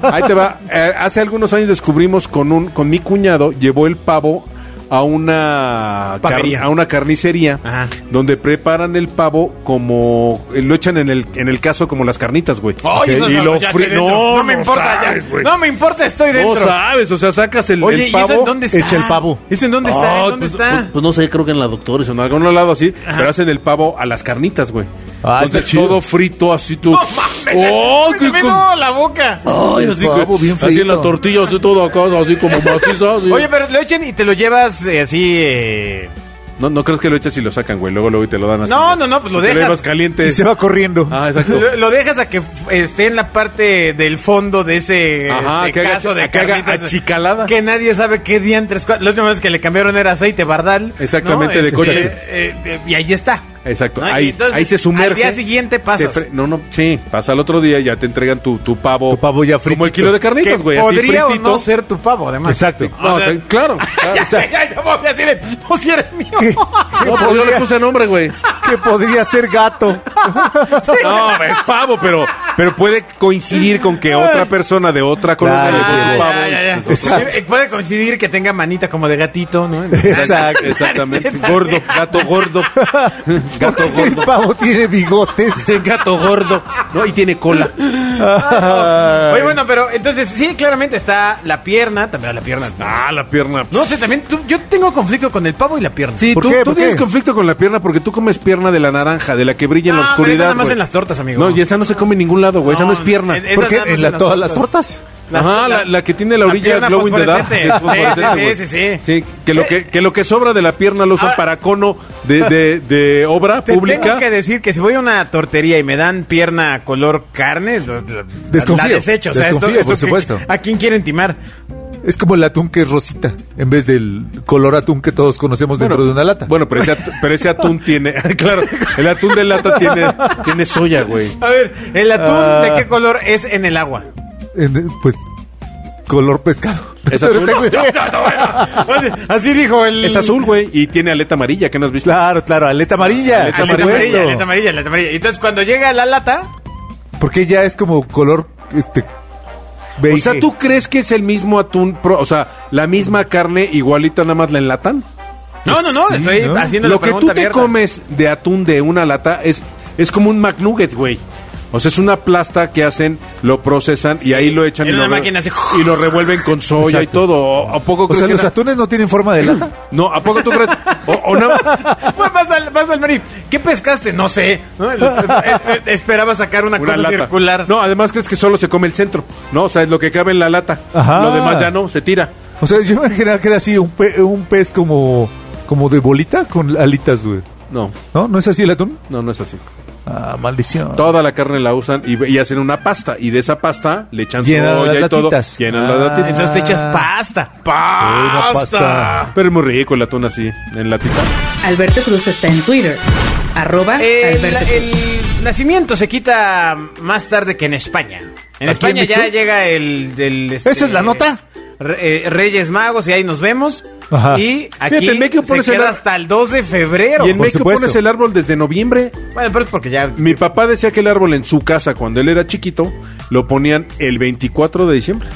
Speaker 4: Ahí te va. Eh, hace algunos años descubrimos con un, con mi cuñado, llevó el pavo a una car-
Speaker 2: Papería.
Speaker 4: a una carnicería
Speaker 2: Ajá.
Speaker 4: donde preparan el pavo como eh, lo echan en el en el caso como las carnitas, güey.
Speaker 2: Ay,
Speaker 4: Ok.
Speaker 2: eso
Speaker 4: y
Speaker 2: es-
Speaker 4: lo
Speaker 2: ya
Speaker 4: fri-
Speaker 2: estoy dentro. no, me importa, ya.
Speaker 4: sabes, güey.
Speaker 2: No me importa, estoy
Speaker 4: No
Speaker 2: dentro.
Speaker 4: sabes, o sea, sacas el,
Speaker 2: Oye,
Speaker 4: el
Speaker 2: ¿y
Speaker 4: pavo.
Speaker 2: eso en dónde está?
Speaker 5: echa el pavo.
Speaker 2: ¿Eso en dónde está?
Speaker 4: Ah,
Speaker 2: ¿En dónde
Speaker 4: pues,
Speaker 2: está?
Speaker 6: Pues no sé, creo que en la doctores.
Speaker 4: en algún lado así, pero hacen el pavo a las carnitas, güey.
Speaker 5: Ah,
Speaker 4: Entonces,
Speaker 5: está chido.
Speaker 4: todo frito así tú.
Speaker 2: ¡No mames!
Speaker 4: ¡Oh,
Speaker 2: Se
Speaker 4: qué
Speaker 2: me
Speaker 4: con-
Speaker 2: hizo la boca!
Speaker 4: Ay, así, que-
Speaker 5: pavo bien
Speaker 4: así en
Speaker 5: frito.
Speaker 4: la tortilla, así todo acá, así como macizo. así.
Speaker 2: Oye, pero lo echen y te lo llevas eh, así. eh,
Speaker 4: no, no crees que lo echas y lo sacan, güey. Luego, luego y te lo dan así.
Speaker 2: No, no, no, pues lo
Speaker 4: Te
Speaker 2: dejas.
Speaker 4: llevas caliente.
Speaker 5: Y se va corriendo.
Speaker 2: *laughs*
Speaker 4: Ah, exacto.
Speaker 2: Lo, lo dejas a que f- esté en la parte del fondo de ese
Speaker 4: Ajá,
Speaker 2: este,
Speaker 4: que haga-
Speaker 2: caso de
Speaker 4: que haga
Speaker 2: carnitas.
Speaker 4: achicalada.
Speaker 2: Que nadie sabe qué diantres. cua- La última vez que le cambiaron era aceite bardal. ¿no?
Speaker 4: Exactamente, de
Speaker 2: Este,
Speaker 4: coche.
Speaker 2: eh, eh, y ahí está.
Speaker 4: Exacto,
Speaker 2: ¿no? Y
Speaker 4: ahí,
Speaker 2: entonces,
Speaker 4: ahí se sumerge.
Speaker 2: Al día siguiente
Speaker 4: Se
Speaker 2: pasas.
Speaker 4: fre- no, no, sí, pasa al otro día y ya te entregan tu, tu pavo.
Speaker 5: Tu pavo ya
Speaker 4: Como el
Speaker 5: fritito.
Speaker 4: kilo de carnitas,
Speaker 2: Que
Speaker 4: güey. Así
Speaker 2: podría o
Speaker 4: fritito.
Speaker 2: no ser tu pavo, además.
Speaker 5: Exacto.
Speaker 4: No,
Speaker 2: O sea,
Speaker 4: te- claro. claro.
Speaker 2: *laughs* Ya, ya, ya, ya, voy a decirle, no, si eres mío.
Speaker 4: No, pues yo le puse nombre, güey.
Speaker 5: Que podría ser gato.
Speaker 4: *laughs* No, es pavo, pero, pero puede coincidir con que otra persona de otra colonia
Speaker 5: Claro,
Speaker 4: le puso
Speaker 5: claro.
Speaker 4: un pavo.
Speaker 2: Ah, ya, ya, ya.
Speaker 5: Exacto.
Speaker 2: Eh, Puede coincidir que tenga manita como de gatito,
Speaker 4: *laughs*
Speaker 2: ¿no?
Speaker 5: Exacto.
Speaker 4: Exactamente. Gordo, gato *laughs* gordo. Gato
Speaker 5: El
Speaker 4: gordo.
Speaker 5: pavo tiene bigotes.
Speaker 4: Ese gato gordo. No, y tiene cola.
Speaker 2: Oye, bueno, pero entonces, sí, claramente está la pierna, también la pierna.
Speaker 4: Ah, la pierna.
Speaker 2: No sé, también tú- yo tengo conflicto con el pavo y la pierna.
Speaker 4: Sí,
Speaker 5: ¿Por
Speaker 4: tú,
Speaker 5: qué?
Speaker 4: tú
Speaker 5: ¿Por
Speaker 4: tienes
Speaker 5: qué?
Speaker 4: conflicto con la pierna porque tú comes pierna de la naranja, de la que brilla en la
Speaker 2: Ah, pero
Speaker 4: oscuridad.
Speaker 2: esa nada más
Speaker 4: güey.
Speaker 2: en las tortas, amigo.
Speaker 4: No, y esa no se come en ningún lado, güey. esa no es pierna.
Speaker 2: es-
Speaker 5: ¿Por
Speaker 2: esas
Speaker 5: qué?
Speaker 2: nada más
Speaker 5: ¿En la-
Speaker 2: en las
Speaker 5: todas las
Speaker 2: tortas.
Speaker 5: tortas?
Speaker 2: las-
Speaker 4: Ajá, la,
Speaker 2: la-
Speaker 4: la que tiene la
Speaker 2: la
Speaker 4: orilla
Speaker 2: pierna
Speaker 4: glow in the dark.
Speaker 2: fosforescente.
Speaker 4: que es fosforescente,
Speaker 2: Sí,
Speaker 4: güey.
Speaker 2: sí, sí, sí.
Speaker 4: que lo que, que lo que sobra de la pierna lo usan
Speaker 2: Ahora-
Speaker 4: para cono de, de, de obra
Speaker 2: Te tengo
Speaker 4: pública.
Speaker 2: que decir que si voy a una tortería y me dan pierna color carne, lo- lo-
Speaker 5: Desconfío,
Speaker 2: la desecho. O sea, esto-
Speaker 5: desconfío,
Speaker 2: esto
Speaker 5: por
Speaker 2: que-
Speaker 5: supuesto.
Speaker 2: ¿A quién quieren timar?
Speaker 5: Es como el atún que es rosita, en vez del color atún que todos conocemos dentro de una lata.
Speaker 4: Bueno, pero ese, atún, pero ese atún tiene, *laughs* claro, el atún de lata tiene, tiene soya, güey.
Speaker 2: A ver, ¿el atún
Speaker 5: Ah.
Speaker 2: de qué color es en el
Speaker 4: *laughs*
Speaker 2: agua?
Speaker 5: En- pues, color pescado.
Speaker 4: Es azul.
Speaker 5: Pero tengo-
Speaker 2: Así dijo el...
Speaker 4: Es azul, güey, y tiene aleta amarilla, que no has visto.
Speaker 5: Claro, claro, aleta amarilla.
Speaker 4: Aleta
Speaker 5: por
Speaker 2: Aleta
Speaker 5: supuesto.
Speaker 2: amarilla, aleta amarilla, aleta amarilla. Entonces, cuando llega la lata,
Speaker 5: Porque ya es como color, este,
Speaker 4: O
Speaker 5: beige.
Speaker 4: sea, ¿tú crees que es el mismo atún, pro- o sea, la misma carne igualita nada más la enlatan?
Speaker 2: No, no, no,
Speaker 5: Sí,
Speaker 2: estoy
Speaker 5: ¿no?
Speaker 2: haciendo la
Speaker 4: Pues Lo que tú
Speaker 2: pregunta
Speaker 4: te
Speaker 2: abierta.
Speaker 4: comes de atún de una lata es, es como un McNugget, güey. O sea, es una plasta que hacen, lo procesan y ahí lo echan
Speaker 2: En
Speaker 4: y, lo
Speaker 2: una
Speaker 4: re-
Speaker 2: máquina así.
Speaker 4: y lo revuelven con soya y
Speaker 5: Exacto.
Speaker 4: todo. ¿O- ¿A poco
Speaker 5: O
Speaker 4: crees
Speaker 5: sea,
Speaker 4: que
Speaker 5: los
Speaker 4: na-
Speaker 5: atunes no tienen forma de
Speaker 4: *clears throat*
Speaker 5: lata.
Speaker 4: No, ¿a poco tú crees? O, o nada-
Speaker 2: *laughs* Pues vas al, vas al Meri, ¿Qué pescaste? No sé.
Speaker 4: *laughs*
Speaker 2: ¿no? El- el- el- Esperaba sacar *laughs* una,
Speaker 4: Una
Speaker 2: cosa
Speaker 4: lata.
Speaker 2: circular.
Speaker 4: No, además crees que solo se come el centro. No, o sea, es lo que cabe en la lata.
Speaker 5: Ajá.
Speaker 4: Lo demás ya no, se tira.
Speaker 5: O sea, yo me imaginaba que era así, un, pe- un pez como, como de bolita con alitas, güey.
Speaker 4: No,
Speaker 5: ¿No? ¿No es así el atún?
Speaker 4: no, no es así.
Speaker 5: Ah, maldición.
Speaker 4: Toda la carne la usan y, y hacen una pasta. Y de esa pasta le echan
Speaker 5: Llenan
Speaker 4: soya
Speaker 5: las
Speaker 4: y todo.
Speaker 5: latitas.
Speaker 4: Llenan
Speaker 5: Ah.
Speaker 4: las latitas.
Speaker 2: Entonces te echas pasta.
Speaker 5: Una
Speaker 2: ¡Pasta!
Speaker 5: pasta.
Speaker 4: Pero es muy rico el atún así, en latita.
Speaker 1: Alberto Cruz está en Twitter. Arroba
Speaker 2: El,
Speaker 1: Alberto
Speaker 2: el
Speaker 1: Cruz.
Speaker 2: nacimiento se quita más tarde que en España. En
Speaker 5: ¿Aquí
Speaker 2: España
Speaker 5: en
Speaker 2: ya
Speaker 5: México?
Speaker 2: llega el... el, este,
Speaker 5: ¿Esa es la nota?
Speaker 2: re- eh, Reyes Magos y ahí nos vemos.
Speaker 5: Ajá.
Speaker 2: Y aquí
Speaker 4: Fíjate, en México
Speaker 2: se
Speaker 4: pones el
Speaker 2: queda
Speaker 4: ar-
Speaker 2: hasta el 2 de febrero.
Speaker 4: Y en
Speaker 5: por
Speaker 4: México
Speaker 5: supuesto.
Speaker 4: pones el árbol desde noviembre.
Speaker 2: Bueno, pero es porque ya...
Speaker 4: Mi papá decía que el árbol en su casa, cuando él era chiquito, lo ponían el 24 de diciembre.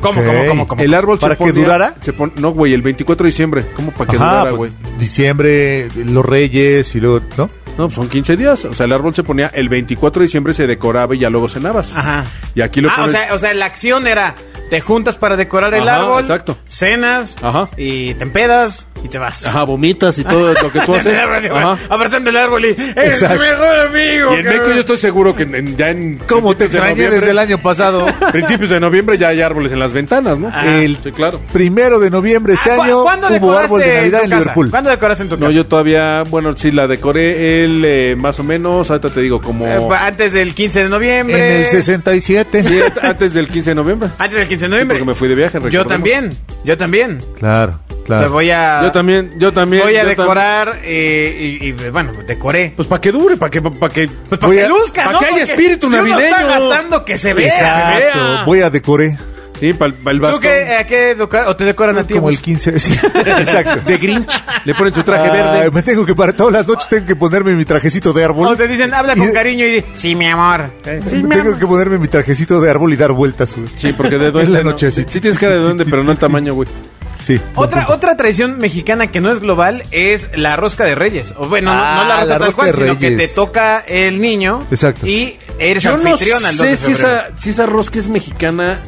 Speaker 2: ¿Cómo,
Speaker 5: Ok.
Speaker 2: cómo, cómo, cómo?
Speaker 4: El árbol
Speaker 5: ¿Para
Speaker 4: se
Speaker 5: que
Speaker 4: ponía-
Speaker 5: durara?
Speaker 4: se pon- no, güey, el 24 de diciembre. ¿Cómo para que
Speaker 5: Ajá,
Speaker 4: durara, güey?
Speaker 5: pues, diciembre, los reyes y luego, ¿no?
Speaker 4: No, pues son 15 días. O sea, el árbol se ponía el 24 de diciembre, se decoraba y ya luego cenabas.
Speaker 2: Ajá.
Speaker 4: Y aquí lo
Speaker 2: ah, o
Speaker 4: pones-
Speaker 2: sea, o sea, la acción era te juntas para decorar el
Speaker 4: Ajá,
Speaker 2: árbol,
Speaker 4: exacto.
Speaker 2: cenas
Speaker 4: Ajá.
Speaker 2: y te empedas y te vas.
Speaker 6: Ajá, vomitas y todo lo que tú haces.
Speaker 2: *laughs*
Speaker 6: Ajá.
Speaker 2: Abrazando el árbol y eres
Speaker 5: Exacto.
Speaker 2: mi mejor amigo.
Speaker 4: Y en México yo estoy seguro que en- en- ya en...
Speaker 5: ¿Cómo te
Speaker 4: principios de
Speaker 5: extrañé
Speaker 4: noviembre-
Speaker 5: desde el año pasado?
Speaker 4: Principios de noviembre ya hay árboles en las ventanas, ¿no?
Speaker 2: Ajá.
Speaker 4: El- sí, claro.
Speaker 5: *laughs* Primero de noviembre
Speaker 4: Ah,
Speaker 2: Ah,
Speaker 5: este año hubo árbol de Navidad en Liverpool.
Speaker 2: ¿Cuándo decoraste en tu
Speaker 4: No,
Speaker 2: casa?
Speaker 4: yo todavía, bueno, sí la decoré el eh, más o menos, ahorita te digo, como...
Speaker 2: Eh, pa- antes del 15 de
Speaker 5: En
Speaker 2: noviembre.
Speaker 5: el 67.
Speaker 4: Sí, antes del 15 de noviembre.
Speaker 2: Antes del 15 de
Speaker 4: Sí,
Speaker 2: noviembre.
Speaker 4: porque me fui de viaje,
Speaker 2: yo
Speaker 4: recordemos.
Speaker 2: también, yo también.
Speaker 5: Claro,
Speaker 2: O sea,
Speaker 5: claro.
Speaker 2: voy a...
Speaker 4: Yo también, yo también.
Speaker 2: Voy a
Speaker 4: yo
Speaker 2: decorar eh, y, y, bueno, decoré.
Speaker 4: Pues para que dure, para que, para que,
Speaker 2: Pues para
Speaker 5: Voy
Speaker 2: que
Speaker 5: a-
Speaker 2: luzca,
Speaker 4: pa'
Speaker 2: ¿no?
Speaker 4: que haya
Speaker 2: Porque
Speaker 4: espíritu
Speaker 2: si uno está
Speaker 4: navideño.
Speaker 2: gastando, que se vea. que se vea.
Speaker 5: Exacto. Voy a decoré.
Speaker 4: sí, para el
Speaker 2: ¿Tú
Speaker 4: bastón.
Speaker 2: qué, a qué decorar? ¿O te decoran a ti?
Speaker 5: Como el
Speaker 2: Gus?
Speaker 5: 15. sí, exacto.
Speaker 4: *laughs* pues. De Grinch. Le ponen su traje
Speaker 5: Ay,
Speaker 4: verde.
Speaker 5: me tengo que para todas las noches tengo que ponerme mi trajecito de árbol.
Speaker 2: O te dicen, habla con
Speaker 5: Y-
Speaker 2: cariño y di, sí, mi amor. Sí, mi
Speaker 5: tengo
Speaker 2: amor.
Speaker 5: que ponerme mi trajecito de árbol y dar vueltas. güey.
Speaker 4: Sí, porque
Speaker 5: *laughs*
Speaker 4: de duende.
Speaker 5: En la
Speaker 4: ¿no?
Speaker 5: noche,
Speaker 4: sí.
Speaker 5: sí.
Speaker 4: tienes cara de duende, pero no el tamaño, güey.
Speaker 5: Sí.
Speaker 2: Otra, otra tradición mexicana que no es global es la rosca de reyes. O bueno, no- no, la
Speaker 5: Ah,
Speaker 2: rosca,
Speaker 5: la
Speaker 2: tal
Speaker 5: rosca
Speaker 2: cual,
Speaker 5: de
Speaker 2: sino que te
Speaker 5: reyes.
Speaker 2: toca el niño.
Speaker 5: Exacto.
Speaker 2: Y eres
Speaker 4: Yo no
Speaker 2: anfitrión al 12
Speaker 4: sé
Speaker 2: de
Speaker 4: si
Speaker 2: febrero.
Speaker 4: esa, si esa rosca es mexicana.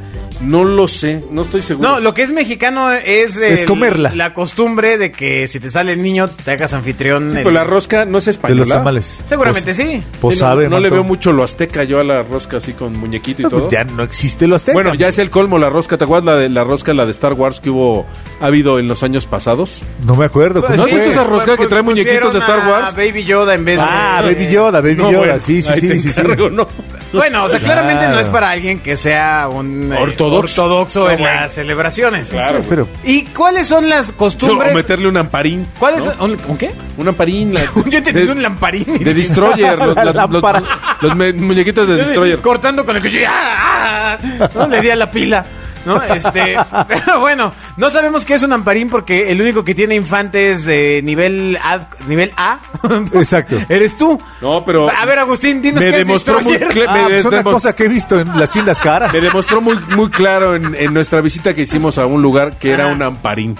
Speaker 4: No lo sé, no estoy seguro.
Speaker 2: No, lo que es mexicano es...
Speaker 5: Es
Speaker 2: el-
Speaker 5: comerla.
Speaker 2: La costumbre de que si te sale el niño, te hagas anfitrión. el-
Speaker 4: Pero pues la rosca no es
Speaker 5: De
Speaker 4: española.
Speaker 5: los tamales.
Speaker 2: Seguramente sí.
Speaker 5: Pues
Speaker 4: Sí, no-
Speaker 5: sabe,
Speaker 4: No, le
Speaker 5: Manto.
Speaker 4: veo mucho lo azteca yo a la rosca así con muñequito y todo.
Speaker 5: Ya no existe lo azteca.
Speaker 4: Bueno, ya es el colmo la rosca, ¿te acuerdas la de la rosca la de Star Wars que hubo ha habido en los años pasados?
Speaker 5: No me acuerdo.
Speaker 2: Pues
Speaker 5: ¿cómo
Speaker 4: ¿No has
Speaker 2: sí,
Speaker 5: fue?
Speaker 4: visto esa rosca
Speaker 2: pues,
Speaker 4: que trae
Speaker 2: pues,
Speaker 4: muñequitos de
Speaker 2: pusieron
Speaker 4: Star Wars?
Speaker 2: a Baby Yoda en vez de...
Speaker 5: Ah, Baby Yoda, Baby
Speaker 4: No,
Speaker 5: Yoda.
Speaker 4: bueno,
Speaker 5: sí, sí,
Speaker 4: ahí te
Speaker 5: sí, sí, sí.
Speaker 4: encargo, no.
Speaker 2: Bueno, o sea, claramente
Speaker 5: Claro.
Speaker 2: no es para alguien que sea un eh,
Speaker 4: Ortodoxo.
Speaker 2: ortodoxo
Speaker 4: No,
Speaker 2: en
Speaker 4: bueno.
Speaker 2: las celebraciones.
Speaker 4: Claro,
Speaker 5: Pero ah,
Speaker 2: ¿Y cuáles son las
Speaker 4: *laughs* O
Speaker 2: costumbres?
Speaker 4: meterle un amparín.
Speaker 2: ¿Cuáles
Speaker 4: ¿no?
Speaker 2: son? ¿Un, un qué?
Speaker 4: Un amparín. la-
Speaker 2: *laughs* Yo entendí
Speaker 4: de,
Speaker 2: un lamparín.
Speaker 4: *laughs* de Destroyer. los,
Speaker 5: La
Speaker 4: la- los-
Speaker 5: lámpara.
Speaker 4: los me- muñequitos de
Speaker 2: Yo de-
Speaker 4: Destroyer.
Speaker 2: Cortando con el cuchillo. ¡Ah! ¡Ah! No le di a la pila. ¿No?
Speaker 4: *laughs*
Speaker 2: Este, pero bueno, no sabemos qué es un amparín porque el único que tiene infante es de nivel A, nivel A. *laughs*
Speaker 5: Exacto.
Speaker 2: Eres tú.
Speaker 4: No, pero-
Speaker 2: A ver, Agustín, dinos
Speaker 4: Me
Speaker 2: qué es
Speaker 4: demostró muy
Speaker 2: Destroyer.
Speaker 4: cle-
Speaker 5: Ah, pues una
Speaker 4: demos-
Speaker 5: cosa que he visto en las tiendas caras.
Speaker 4: Me demostró muy, muy claro en, en nuestra visita que hicimos a un lugar que era un amparín.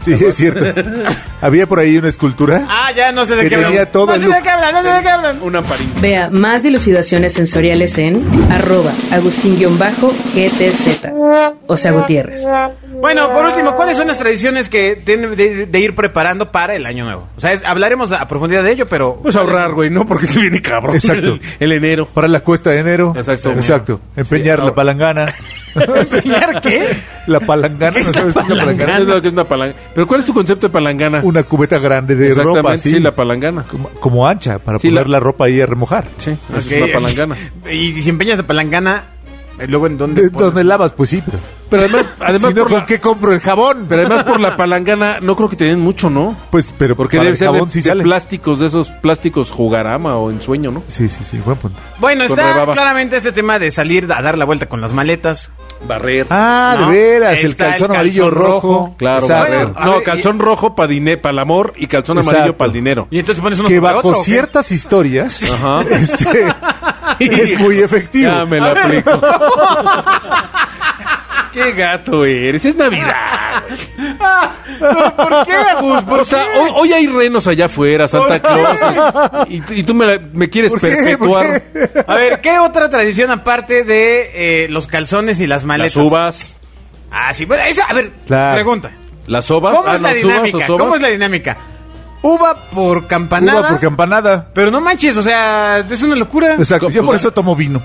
Speaker 5: Sí, es cierto. Había por ahí una escultura.
Speaker 2: Ah, ya no sé de
Speaker 5: Que
Speaker 2: qué hablan.
Speaker 5: tenía todo
Speaker 2: no
Speaker 5: el
Speaker 2: sé de
Speaker 5: look.
Speaker 2: qué hablan, no sé de qué hablan.
Speaker 4: Un amparín.
Speaker 1: Vea más dilucidaciones sensoriales en arroba agustín-gtz. O sea, Gutiérrez.
Speaker 2: Bueno, por último, ¿cuáles son las tradiciones que tienen de, de ir preparando para el año nuevo? O sea, es- hablaremos a profundidad de ello, pero...
Speaker 4: Pues ahorrar, güey, ¿no? Porque se viene cabrón.
Speaker 5: Exacto.
Speaker 4: El, el enero.
Speaker 5: Para la cuesta de enero.
Speaker 4: Exacto.
Speaker 5: Exacto. Empeñar la
Speaker 4: Sí, ahora.
Speaker 5: palangana.
Speaker 2: ¿Enseñar qué?
Speaker 5: *laughs* La palangana. ¿No sabes qué es la palangana?
Speaker 4: Es lo que es una palangana. Pero ¿cuál es tu concepto de palangana?
Speaker 5: Una cubeta grande de
Speaker 4: Exactamente,
Speaker 5: ropa.
Speaker 4: sí, la palangana.
Speaker 5: como, como ancha, para
Speaker 4: Sí,
Speaker 5: poner
Speaker 4: la-
Speaker 5: la... ropa ahí a remojar.
Speaker 4: Sí,
Speaker 2: Ok.
Speaker 4: esa es una palangana.
Speaker 2: *laughs*
Speaker 4: *laughs*
Speaker 2: Y si empeñas la palangana, eh, luego en dónde...
Speaker 5: ¿De
Speaker 2: pones?
Speaker 5: ¿Dónde lavas? Pues sí, pero...
Speaker 4: Pero además, además
Speaker 5: si no,
Speaker 4: por
Speaker 5: ¿con
Speaker 4: la-
Speaker 5: qué compro el jabón?
Speaker 4: Pero además por la palangana no creo que te den mucho, ¿no?
Speaker 5: Pues, pero
Speaker 4: Porque
Speaker 5: para
Speaker 4: debe
Speaker 5: el
Speaker 4: ser de,
Speaker 5: jabón sí
Speaker 4: de
Speaker 5: sale.
Speaker 4: plásticos, de esos plásticos jugarama o ensueño, ¿no?
Speaker 5: Sí, sí, sí, buen punto.
Speaker 2: Bueno,
Speaker 4: Con
Speaker 2: está
Speaker 4: rebaba.
Speaker 2: claramente este tema de salir a dar la vuelta con las maletas.
Speaker 4: Barrer.
Speaker 5: Ah,
Speaker 2: No,
Speaker 5: de veras, el
Speaker 2: está el
Speaker 5: calzón amarillo
Speaker 2: calzón
Speaker 5: rojo.
Speaker 2: rojo.
Speaker 4: claro,
Speaker 5: Exacto.
Speaker 4: barrer.
Speaker 2: Bueno, a
Speaker 4: no,
Speaker 2: ver,
Speaker 4: calzón rojo para el amor y calzón amarillo
Speaker 5: Exacto.
Speaker 4: para el dinero.
Speaker 2: Y entonces pones uno
Speaker 5: que
Speaker 2: sobre
Speaker 5: bajo
Speaker 2: otro, ¿o qué?
Speaker 5: ciertas historias
Speaker 4: Ajá.
Speaker 5: *laughs* este, es muy efectivo.
Speaker 2: *laughs*
Speaker 4: Ya me la aplico. qué gato eres, es Navidad. güey.
Speaker 2: Ah, ¿Por qué, Agus? ¿Por
Speaker 4: o sea,
Speaker 2: qué?
Speaker 4: hoy, hoy hay renos allá afuera,
Speaker 2: ¿Por qué?
Speaker 4: Santa Claus. Y, y tú me, la- me quieres
Speaker 5: ¿Por qué?
Speaker 4: perpetuar.
Speaker 5: ¿Por qué?
Speaker 2: A ver, ¿qué otra tradición aparte de eh, los calzones y las
Speaker 4: Las
Speaker 2: maletas?
Speaker 4: uvas,
Speaker 2: Ah, sí, bueno, eso, a ver,
Speaker 5: Claro.
Speaker 2: pregunta.
Speaker 4: las ovas.
Speaker 2: ¿Cómo
Speaker 4: ah,
Speaker 2: es la
Speaker 4: las uvas o
Speaker 2: dinámica? ¿Cómo
Speaker 4: sobas.
Speaker 2: es la dinámica? Uva por campanada.
Speaker 5: Uva por campanada.
Speaker 2: Pero no manches, o sea, es una locura.
Speaker 5: Exacto, yo por eso tomo vino.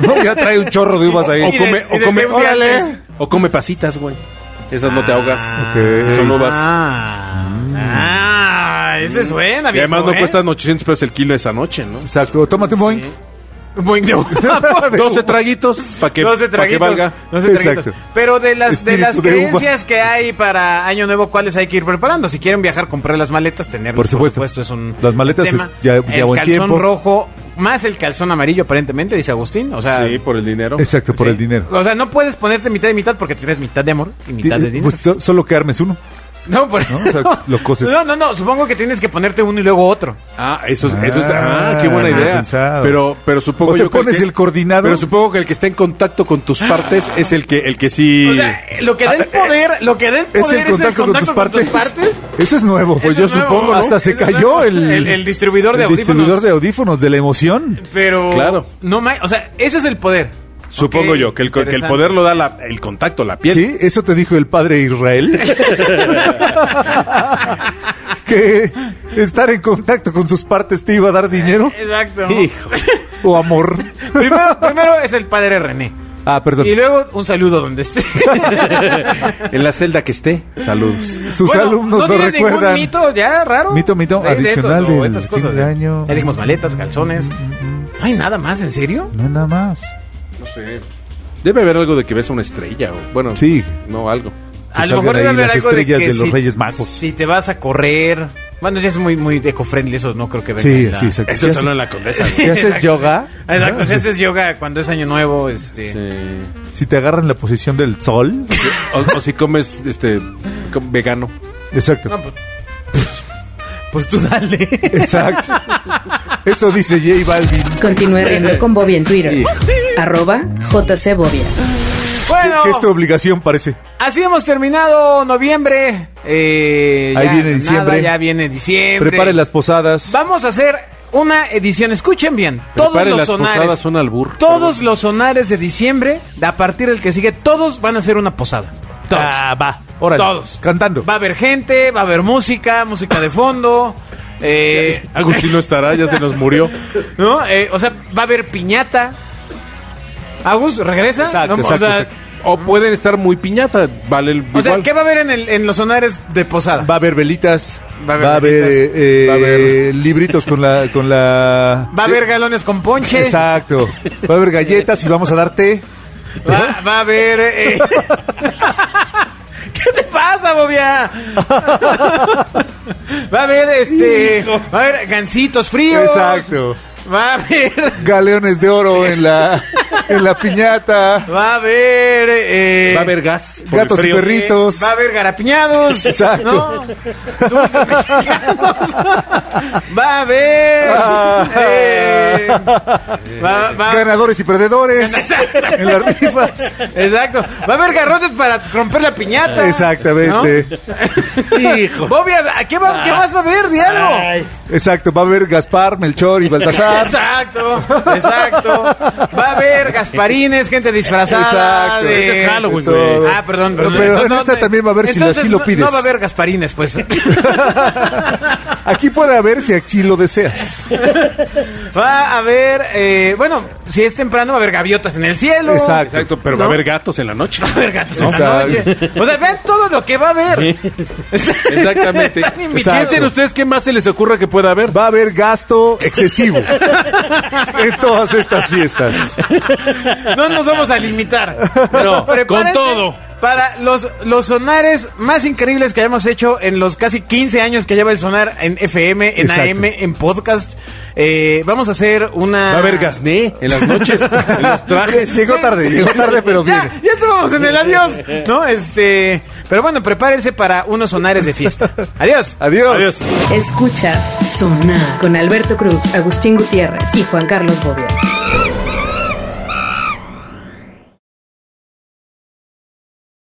Speaker 5: No, ya trae un chorro de
Speaker 2: *laughs*
Speaker 5: uvas ahí.
Speaker 4: O
Speaker 2: Y de-
Speaker 4: come,
Speaker 2: y
Speaker 4: o
Speaker 2: de
Speaker 4: come,
Speaker 2: siempre
Speaker 4: órale.
Speaker 2: antes.
Speaker 4: O come pasitas, güey. Esas no te ahogas.
Speaker 5: ok.
Speaker 4: Son uvas.
Speaker 2: Ah, ah, esa es buena, *laughs*
Speaker 4: Y
Speaker 2: viejo,
Speaker 4: además no
Speaker 2: ¿eh?
Speaker 4: cuestan 800 pesos el kilo esa noche, ¿no?
Speaker 5: Exacto, tómate un boing.
Speaker 2: Boing
Speaker 4: *laughs*
Speaker 2: de uva.
Speaker 5: De
Speaker 4: 12
Speaker 5: uva.
Speaker 4: traguitos para que,
Speaker 2: No se
Speaker 4: pa' que
Speaker 2: traguitos,
Speaker 4: valga.
Speaker 2: no se traguitos.
Speaker 5: Exacto.
Speaker 2: Pero de las de
Speaker 5: Espíritu
Speaker 2: las
Speaker 5: de uva.
Speaker 2: creencias que hay para Año Nuevo, ¿cuáles hay que ir preparando? Si quieren viajar, comprar las maletas, tenerlas.
Speaker 5: Por supuesto.
Speaker 2: es un
Speaker 5: Las maletas
Speaker 2: tema.
Speaker 5: es ya- ya
Speaker 2: el
Speaker 5: buen
Speaker 2: calzón
Speaker 5: tiempo.
Speaker 2: rojo más el calzón amarillo aparentemente, dice Agustín, o sea,
Speaker 4: Sí, por el dinero.
Speaker 5: Exacto, por el dinero.
Speaker 2: O sea, no puedes ponerte mitad y mitad porque tienes mitad de amor y mitad de dinero.
Speaker 5: Pues so- solo que armes uno.
Speaker 2: *laughs* no, por-
Speaker 5: ¿no? O
Speaker 2: *laughs*
Speaker 5: sea, lo coses.
Speaker 2: No, no, no, supongo que tienes que ponerte uno y luego otro.
Speaker 4: Ah, eso, es- eso está. Ah,
Speaker 5: Ah,
Speaker 4: qué buena
Speaker 5: no
Speaker 4: idea.
Speaker 5: pensado.
Speaker 4: Pero, pero supongo
Speaker 5: O te
Speaker 4: yo que
Speaker 5: pones
Speaker 4: que-
Speaker 5: el coordinado.
Speaker 4: Pero supongo que el que está en contacto con tus partes es el que, el que sí.
Speaker 2: O sea, lo que da el poder, lo que da el
Speaker 5: Ah, eh, Es
Speaker 2: poder
Speaker 5: el contacto, con, tus partes. Eso es nuevo.
Speaker 4: Pues
Speaker 2: Eso es nuevo.
Speaker 5: Hasta se
Speaker 2: Eso es
Speaker 5: cayó
Speaker 2: nuevo.
Speaker 5: el,
Speaker 2: El- el distribuidor de
Speaker 5: el
Speaker 2: audífonos.
Speaker 5: distribuidor de audífonos, de la emoción.
Speaker 2: Pero
Speaker 4: Claro.
Speaker 2: no ma- o sea, eso es el poder.
Speaker 4: Supongo yo, que el, que el
Speaker 2: interesante.
Speaker 4: poder lo da la- el contacto, la piel.
Speaker 5: ¿Sí? ¿Eso te dijo el padre
Speaker 2: *laughs*
Speaker 5: Israel? que estar en contacto con sus partes te iba a dar dinero
Speaker 2: Exacto.
Speaker 4: Hijo.
Speaker 5: o amor.
Speaker 2: Primero, primero es el padre René.
Speaker 5: Ah, perdón.
Speaker 2: Y luego un saludo donde
Speaker 5: *laughs*
Speaker 2: esté.
Speaker 4: En la celda que esté. Saludos.
Speaker 5: Sus
Speaker 2: Bueno,
Speaker 5: alumnos no,
Speaker 2: tienes ningún
Speaker 5: recuerdan.
Speaker 2: mito ya raro?
Speaker 5: Mito, mito adicional
Speaker 2: o
Speaker 5: del fin de
Speaker 2: ¿eh?
Speaker 5: año.
Speaker 2: Ya dijimos maletas, calzones. ¿No hay nada más, en serio?
Speaker 5: No, nada más.
Speaker 4: Debe haber algo de que ves una estrella. O, bueno,
Speaker 5: Sí.
Speaker 4: No, algo.
Speaker 5: Que salgan
Speaker 2: debe
Speaker 5: ahí
Speaker 2: haber
Speaker 5: las
Speaker 2: algo de
Speaker 5: estrellas
Speaker 2: que
Speaker 5: de los Reyes Magos.
Speaker 2: Si te vas a correr. Bueno, ya es muy, muy eco-friendly, eso no creo que venga.
Speaker 5: Sí,
Speaker 2: en la-
Speaker 5: sí, exacto.
Speaker 4: Eso
Speaker 5: Si
Speaker 4: sonó en
Speaker 5: haces-
Speaker 4: la
Speaker 5: *laughs*
Speaker 4: condesa. güey.
Speaker 5: si
Speaker 2: *laughs*
Speaker 5: haces yoga,
Speaker 2: Exacto,
Speaker 5: ¿no?
Speaker 2: si haces yoga cuando es año nuevo, este.
Speaker 4: Sí.
Speaker 5: si te agarran la posición del sol.
Speaker 4: O, o si comes este com- vegano.
Speaker 5: Exacto.
Speaker 2: No, pues, pues tú
Speaker 5: *laughs*
Speaker 2: dale.
Speaker 5: Exacto. Eso dice J Balvin.
Speaker 1: Continúe riendo con Bobia en Twitter. Arroba JC Bobia.
Speaker 2: *laughs* bueno,
Speaker 5: Que es tu obligación, parece.
Speaker 2: así hemos terminado noviembre. Eh,
Speaker 5: Ahí
Speaker 2: ya
Speaker 5: viene
Speaker 2: nada,
Speaker 5: diciembre.
Speaker 2: ya viene diciembre.
Speaker 5: Prepare las posadas.
Speaker 2: Vamos a hacer una edición, escuchen bien, todos
Speaker 4: Prepare
Speaker 2: los
Speaker 4: las
Speaker 2: sonares,
Speaker 4: posadas, son albur.
Speaker 2: todos los sonares de diciembre, de a partir del que sigue, todos van a hacer una posada. Todos.
Speaker 5: Ah, va. Órale.
Speaker 2: Todos.
Speaker 5: Cantando.
Speaker 2: Va a haber gente, va a haber música, música de fondo. eh,
Speaker 4: Agustín no estará, ya se nos murió.
Speaker 2: ¿No? Eh, o sea, va a haber piñata. Agus, ¿regresa?
Speaker 5: Exacto,
Speaker 2: No,
Speaker 5: exacto,
Speaker 2: o sea,
Speaker 5: exacto.
Speaker 4: O pueden estar muy piñata, vale el
Speaker 2: o sea,
Speaker 4: igual.
Speaker 2: ¿qué va a haber en, el- en los sonares de posada?
Speaker 5: Va a haber velitas.
Speaker 2: Va
Speaker 5: Va
Speaker 2: a
Speaker 5: a
Speaker 2: haber
Speaker 5: haber,
Speaker 2: velitas.
Speaker 5: eh,
Speaker 4: Va a haber-
Speaker 5: libritos con la. Con la...
Speaker 2: Va a haber galones con ponche.
Speaker 5: Exacto. Va a haber galletas y vamos a dar té.
Speaker 2: Va, va a haber... eh, ¿Qué te pasa, Bobia? va a haber, este... Va a haber gancitos fríos.
Speaker 5: Exacto.
Speaker 2: Va a haber...
Speaker 5: Galeones de oro en la, en la piñata.
Speaker 2: Va a haber... eh,
Speaker 4: Va a haber gas. por el
Speaker 5: Gatos y
Speaker 4: frío.
Speaker 5: perritos.
Speaker 2: Va a haber garapiñados.
Speaker 5: Exacto.
Speaker 2: ¿no? Dulces mexicanos. va a haber. eh, va- va-
Speaker 5: Ganadores y perdedores. en las rifas.
Speaker 2: *laughs* exacto. Va a haber garrotes para romper la piñata.
Speaker 5: Exactamente.
Speaker 2: Hijo. ¿qué, va- qué más va a haber? Di algo.
Speaker 5: Exacto. Va a haber Gaspar, Melchor y Baltasar.
Speaker 2: Exacto, exacto. Va a haber gasparines, gente disfrazada.
Speaker 5: Exacto.
Speaker 2: de-
Speaker 5: Este es
Speaker 4: Halloween,
Speaker 5: güey.
Speaker 2: Ah, perdón.
Speaker 5: Pero
Speaker 2: perdón.
Speaker 5: en esta también va a haber si
Speaker 2: entonces
Speaker 5: así lo
Speaker 2: no-
Speaker 5: pides.
Speaker 2: No va a haber gasparines, pues.
Speaker 5: *laughs* Aquí puede haber si aquí lo deseas.
Speaker 2: Va a haber, eh, bueno, si es temprano va a haber gaviotas en el cielo.
Speaker 5: Exacto.
Speaker 4: Exacto, pero va a haber gatos en la noche.
Speaker 2: Va a haber gatos en la
Speaker 5: Exacto.
Speaker 2: noche. O sea, vean todo lo que va a haber. *laughs*
Speaker 4: Exactamente.
Speaker 2: Están invitando.
Speaker 4: Piensen ustedes qué más se les ocurra que pueda haber.
Speaker 5: Va a haber gasto excesivo en todas estas fiestas.
Speaker 2: No nos vamos a limitar.
Speaker 4: No,
Speaker 2: Prepárense
Speaker 4: con todo.
Speaker 2: Para los, los sonares más increíbles que hayamos hecho en los casi 15 años que lleva el sonar en FM, en
Speaker 5: Exacto.
Speaker 2: AM, en podcast, eh, vamos a hacer una...
Speaker 4: Va a haber gasné en las noches, en los trajes.
Speaker 5: Llegó tarde, llegó tarde, pero bien.
Speaker 2: Ya, ya estábamos en el adiós, ¿no? Este, pero bueno, prepárense para unos sonares de
Speaker 4: *laughs*
Speaker 2: fiesta. Adiós.
Speaker 5: Adiós.
Speaker 4: Adiós.
Speaker 1: Escuchas Sonar con Alberto Cruz, Agustín Gutiérrez y Juan Carlos Bobia.